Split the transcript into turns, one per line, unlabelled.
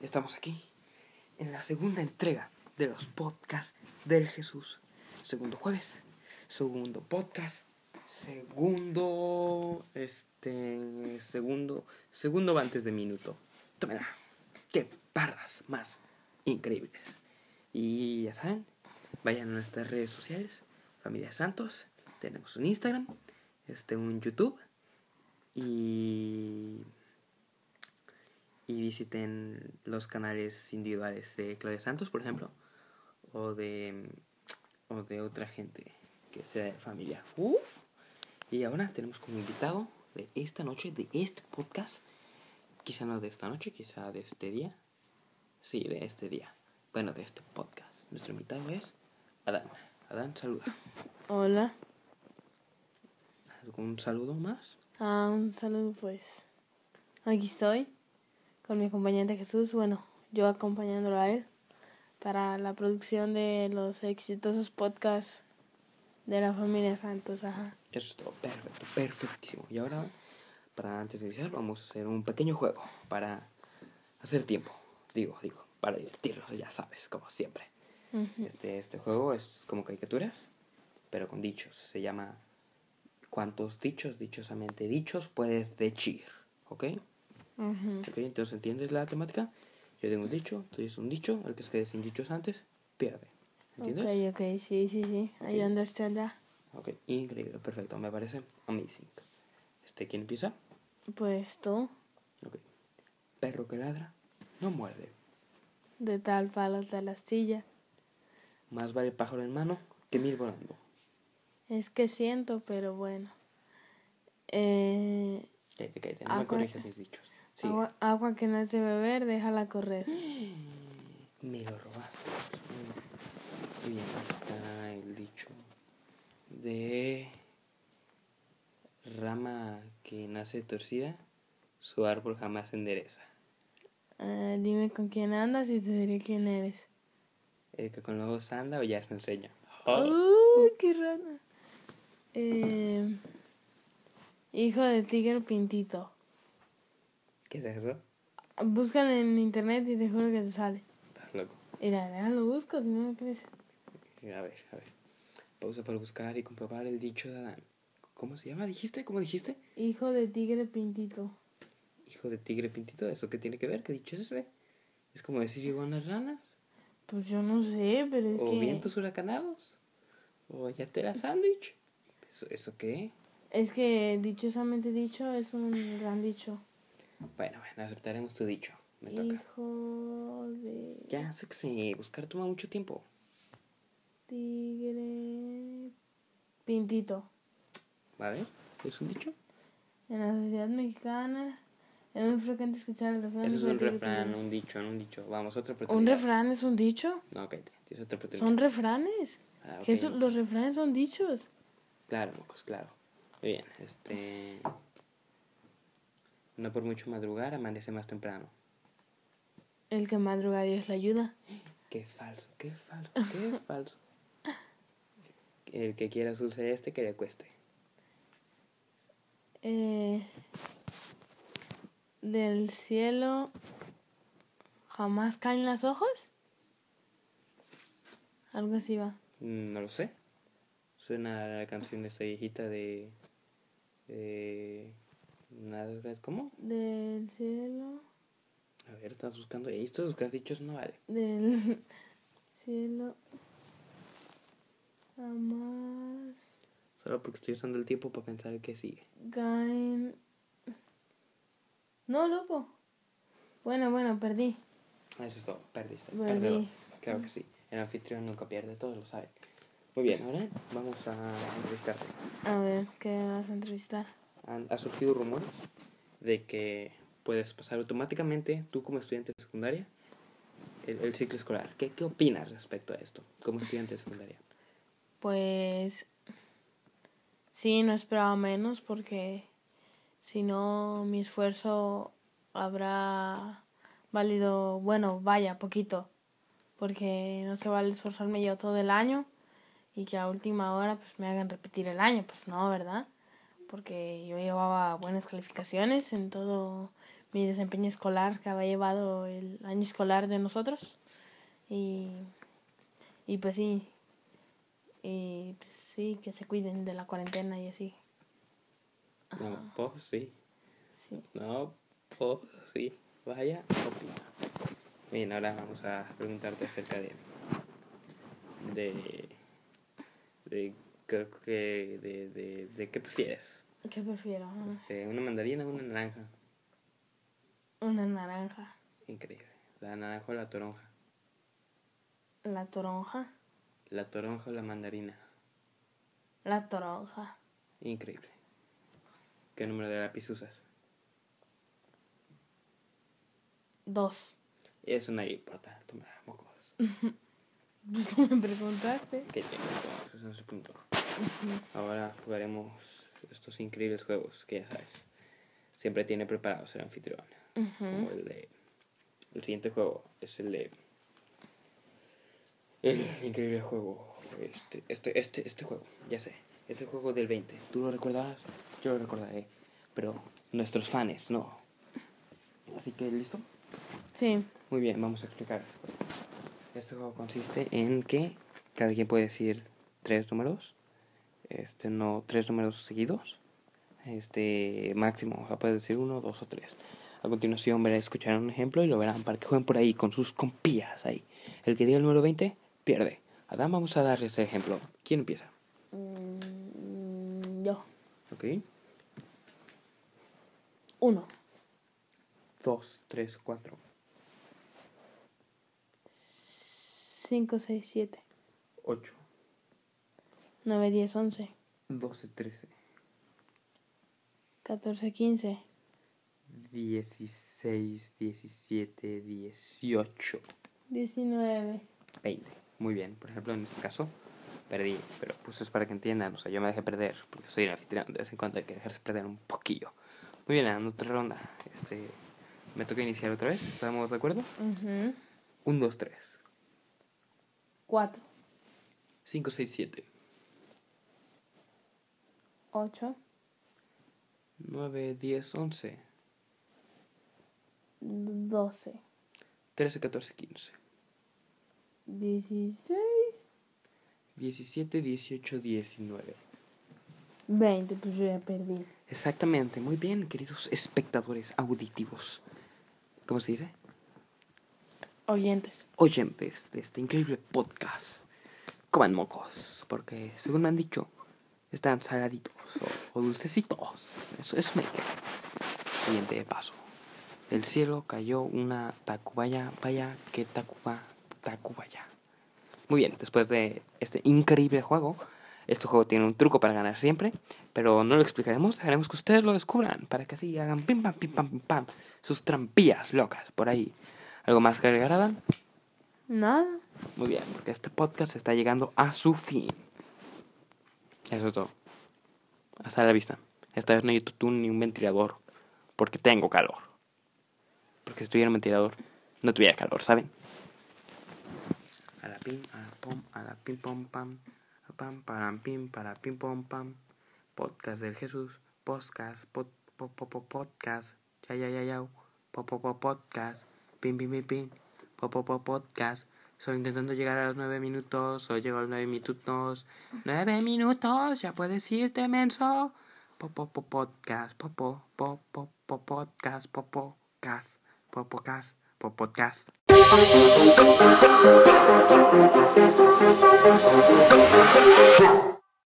Estamos aquí en la segunda entrega de los podcasts del Jesús. Segundo jueves, segundo podcast, segundo este segundo segundo va antes de minuto. Tómela. Qué parras más increíbles. Y ya saben, vayan a nuestras redes sociales, Familia Santos, tenemos un Instagram, este un YouTube y y visiten los canales individuales de Claudia Santos, por ejemplo, o de, o de otra gente que sea de familia. ¡Uh! Y ahora tenemos como invitado de esta noche, de este podcast, quizá no de esta noche, quizá de este día. Sí, de este día. Bueno, de este podcast. Nuestro invitado es Adán. Adán, saluda.
Hola.
¿Algún saludo más?
Ah, un saludo pues. Aquí estoy con mi acompañante Jesús. Bueno, yo acompañándolo a él para la producción de los exitosos podcasts de la familia Santos. Ajá.
Eso es todo, perfecto, perfectísimo. Y ahora, para antes de iniciar, vamos a hacer un pequeño juego para hacer tiempo. Digo, digo, para divertirnos, ya sabes, como siempre.
Ujú.
Este, este juego es como caricaturas, pero con dichos. Se llama ¿Cuántos dichos, dichosamente dichos, puedes decir? ¿Ok?
Ujú.
¿Ok? Entonces, ¿entiendes la temática? Yo tengo un dicho, tú dices un dicho, el que se quede sin dichos antes, pierde. ¿Entiendes?
Ok, ok, sí, sí, sí. I
Ok.
understand that.
Ok, increíble, perfecto, me parece amazing. Este, ¿quién empieza?
Pues tú,
Ok. Perro que ladra, no muerde.
de tal palo, tal astilla.
Más vale pájaro en mano que mil volando.
Es que siento, pero bueno. Eh,
Cállate, cállate, no me
Agua-
corrijas mis dichos. Sí,
agua, agua que no es de beber, déjala correr.
me lo robaste. Muy bien, está el dicho de rama que nace torcida, su árbol jamás se endereza.
Eh, dime con quién andas y te diré quién eres.
El que con los dos anda o ya se enseña.
Uh. ¡Uy, qué rana! Eh, hijo de tigre pintito.
¿Qué es eso?
Búscalo en internet y te juro que te sale.
Estás loco.
Mira, déjalo, busco si no me crees.
A ver, a ver. Pausa para buscar y comprobar el dicho de Adán. ¿Cómo se llama? ¿Dijiste? ¿Cómo dijiste?
Hijo de tigre pintito.
Hijo de tigre pintito, ¿eso qué tiene que ver? ¿Qué dicho es ese? Es como decir iguanas ranas.
Pues yo no sé, pero es
o
que.
vientos huracanados. O ya te la sándwich. ¿Eso, ¿Eso qué?
Es que dichosamente dicho es un gran dicho.
Bueno, bueno, aceptaremos tu dicho. Me toca.
Hijo de
Ya sé que sí, buscar toma mucho tiempo.
tigre pintito.
A ver, ¿es un dicho?
En la sociedad mexicana es muy frecuente escuchar el refrán.
Eso es
hijo de
un
tigre
refrán,
pintito.
un dicho, no un dicho. Vamos, otra oportunidad.
¿Un refrán es un dicho?
No, cállate, tienes otra oportunidad.
Son refranes.
Ah, ok.
que eso- los refranes son dichos.
Claro, locos, claro. Muy bien, este. No por mucho madrugar, amanece más temprano.
El que madruga a Dios le ayuda.
Qué falso, qué falso, qué falso. El que quiera azul celeste, que le cueste.
Eh, del cielo jamás caen las hojas. Algo así va.
Mm, No lo sé. Suena a la canción de esta viejita de. de. Nada, ¿sabes ¿cómo?
Del cielo.
A ver, estás buscando. Y esto de buscar dichos no vale.
Del cielo jamás
Solo porque estoy usando el tiempo para pensar el que sigue.
caen. No, loco. Bueno, bueno, perdí.
Eso es todo, perdiste.
Perdí.
Perdedor. Claro que sí. El anfitrión nunca pierde, todos lo saben. Muy bien, ahora vamos a entrevistarte.
A ver, ¿qué vas a entrevistar?
Han, ha surgido rumores de que puedes pasar automáticamente, tú como estudiante de secundaria, el, el ciclo escolar. ¿Qué, ¿Qué opinas respecto a esto, como estudiante de secundaria?
Pues sí, no esperaba menos porque si no mi esfuerzo habrá válido, bueno, vaya, poquito, porque no se vale esforzarme yo todo el año y que a última hora pues me hagan repetir el año, pues no, ¿verdad? Porque yo llevaba buenas calificaciones en todo mi desempeño escolar que había llevado el año escolar de nosotros. Y, y pues sí, y pues sí, que se cuiden de la cuarentena y así. Ah.
No, pues sí.
Sí.
No, pues sí. Vaya, opina. Bien, ahora vamos a preguntarte acerca de. de. de. creo que. de, de, de qué prefieres.
¿Qué prefiero?
Este, ¿Una mandarina o una naranja?
Una naranja.
Increíble. ¿La naranja o la toronja?
La toronja.
¿La toronja o la mandarina?
La toronja.
Increíble. ¿Qué número de lápiz usas?
Dos.
Eso no importa, toma mocos.
Pues no me preguntaste.
Que tengo todos, ese es el punto. Ahora jugaremos estos increíbles juegos que ya sabes. Siempre tiene preparados el anfitrión. Como el de. El siguiente juego es el de. El increíble juego. Este, este, este, este juego, ya sé. Es el juego del 20. ¿Tú lo recordarás? Yo lo recordaré. Pero nuestros fans no. Así que, ¿listo?
Sí.
Muy bien, vamos a explicar. Este juego consiste en que cada quien puede decir tres números, este no tres números seguidos, este máximo, o sea, puede decir uno, dos o tres. A continuación verán, escucharán un ejemplo y lo verán para que jueguen por ahí con sus compías ahí. El que diga el número 20 pierde. Adán, vamos a darle ese ejemplo. ¿Quién empieza?
Mm, yo.
Ok.
Uno.
Dos, tres, cuatro,
Cinco, seis, siete.
ocho,
Nueve, diez, once.
doce, trece,
Catorce, quince.
dieciséis, diecisiete, dieciocho.
Diecinueve.
20. Muy bien, por ejemplo, en este caso perdí, pero pues es para que entiendan, o sea, yo me dejé perder, porque soy el anfitrión, de vez en cuando hay que dejarse perder un poquillo. Muy bien, en otra ronda, este, me toca iniciar otra vez, ¿estamos de acuerdo?
Ujú.
1, 2, 3,
Cuatro.
5, 6, 7,
Ocho.
9, 10, 11,
Doce.
13, 14, 15,
Dieciséis.
17, 18, 19.
Veinte. Pues yo ya perdí.
Exactamente, muy bien, queridos espectadores auditivos. ¿Cómo se dice?
Oyentes.
oyentes de este increíble podcast coman mocos, porque según me han dicho, están saladitos o, o dulcecitos. Eso, eso me queda. Siguiente paso. Del cielo cayó una tacubaya, vaya que tacuba, tacubaya. Muy bien, después de este increíble juego, este juego tiene un truco para ganar siempre, pero no lo explicaremos, dejaremos que ustedes lo descubran, para que así hagan pim pam, pim pam, pim pam, sus trampillas locas por ahí. ¿Algo más que agregar, Adán?
Nada.
Muy bien, porque este podcast está llegando a su fin. Eso es todo. Hasta la vista. Esta vez no hay tutún ni un ventilador. Porque tengo calor. Porque si tuviera un ventilador, no tuviera calor, ¿saben? A la pim, a la pom, a la pim pom pam. A pam, param pim, para pim pom pam. Podcast del Jesús. Podcast, pod, po, po, po, podcast. Ya, ya, ya, ya. Po, po, po, podcast. Pim, pim, pim, pim. Po, po, po, podcast. Solo intentando llegar a los nueve minutos. Solo llego a los nueve minutos. Nueve minutos, ya puedes irte, menso. Po, po, po, podcast. Po, po, po, po, po, podcast. Po, po, cas. Po, po, cas. Po, podcast.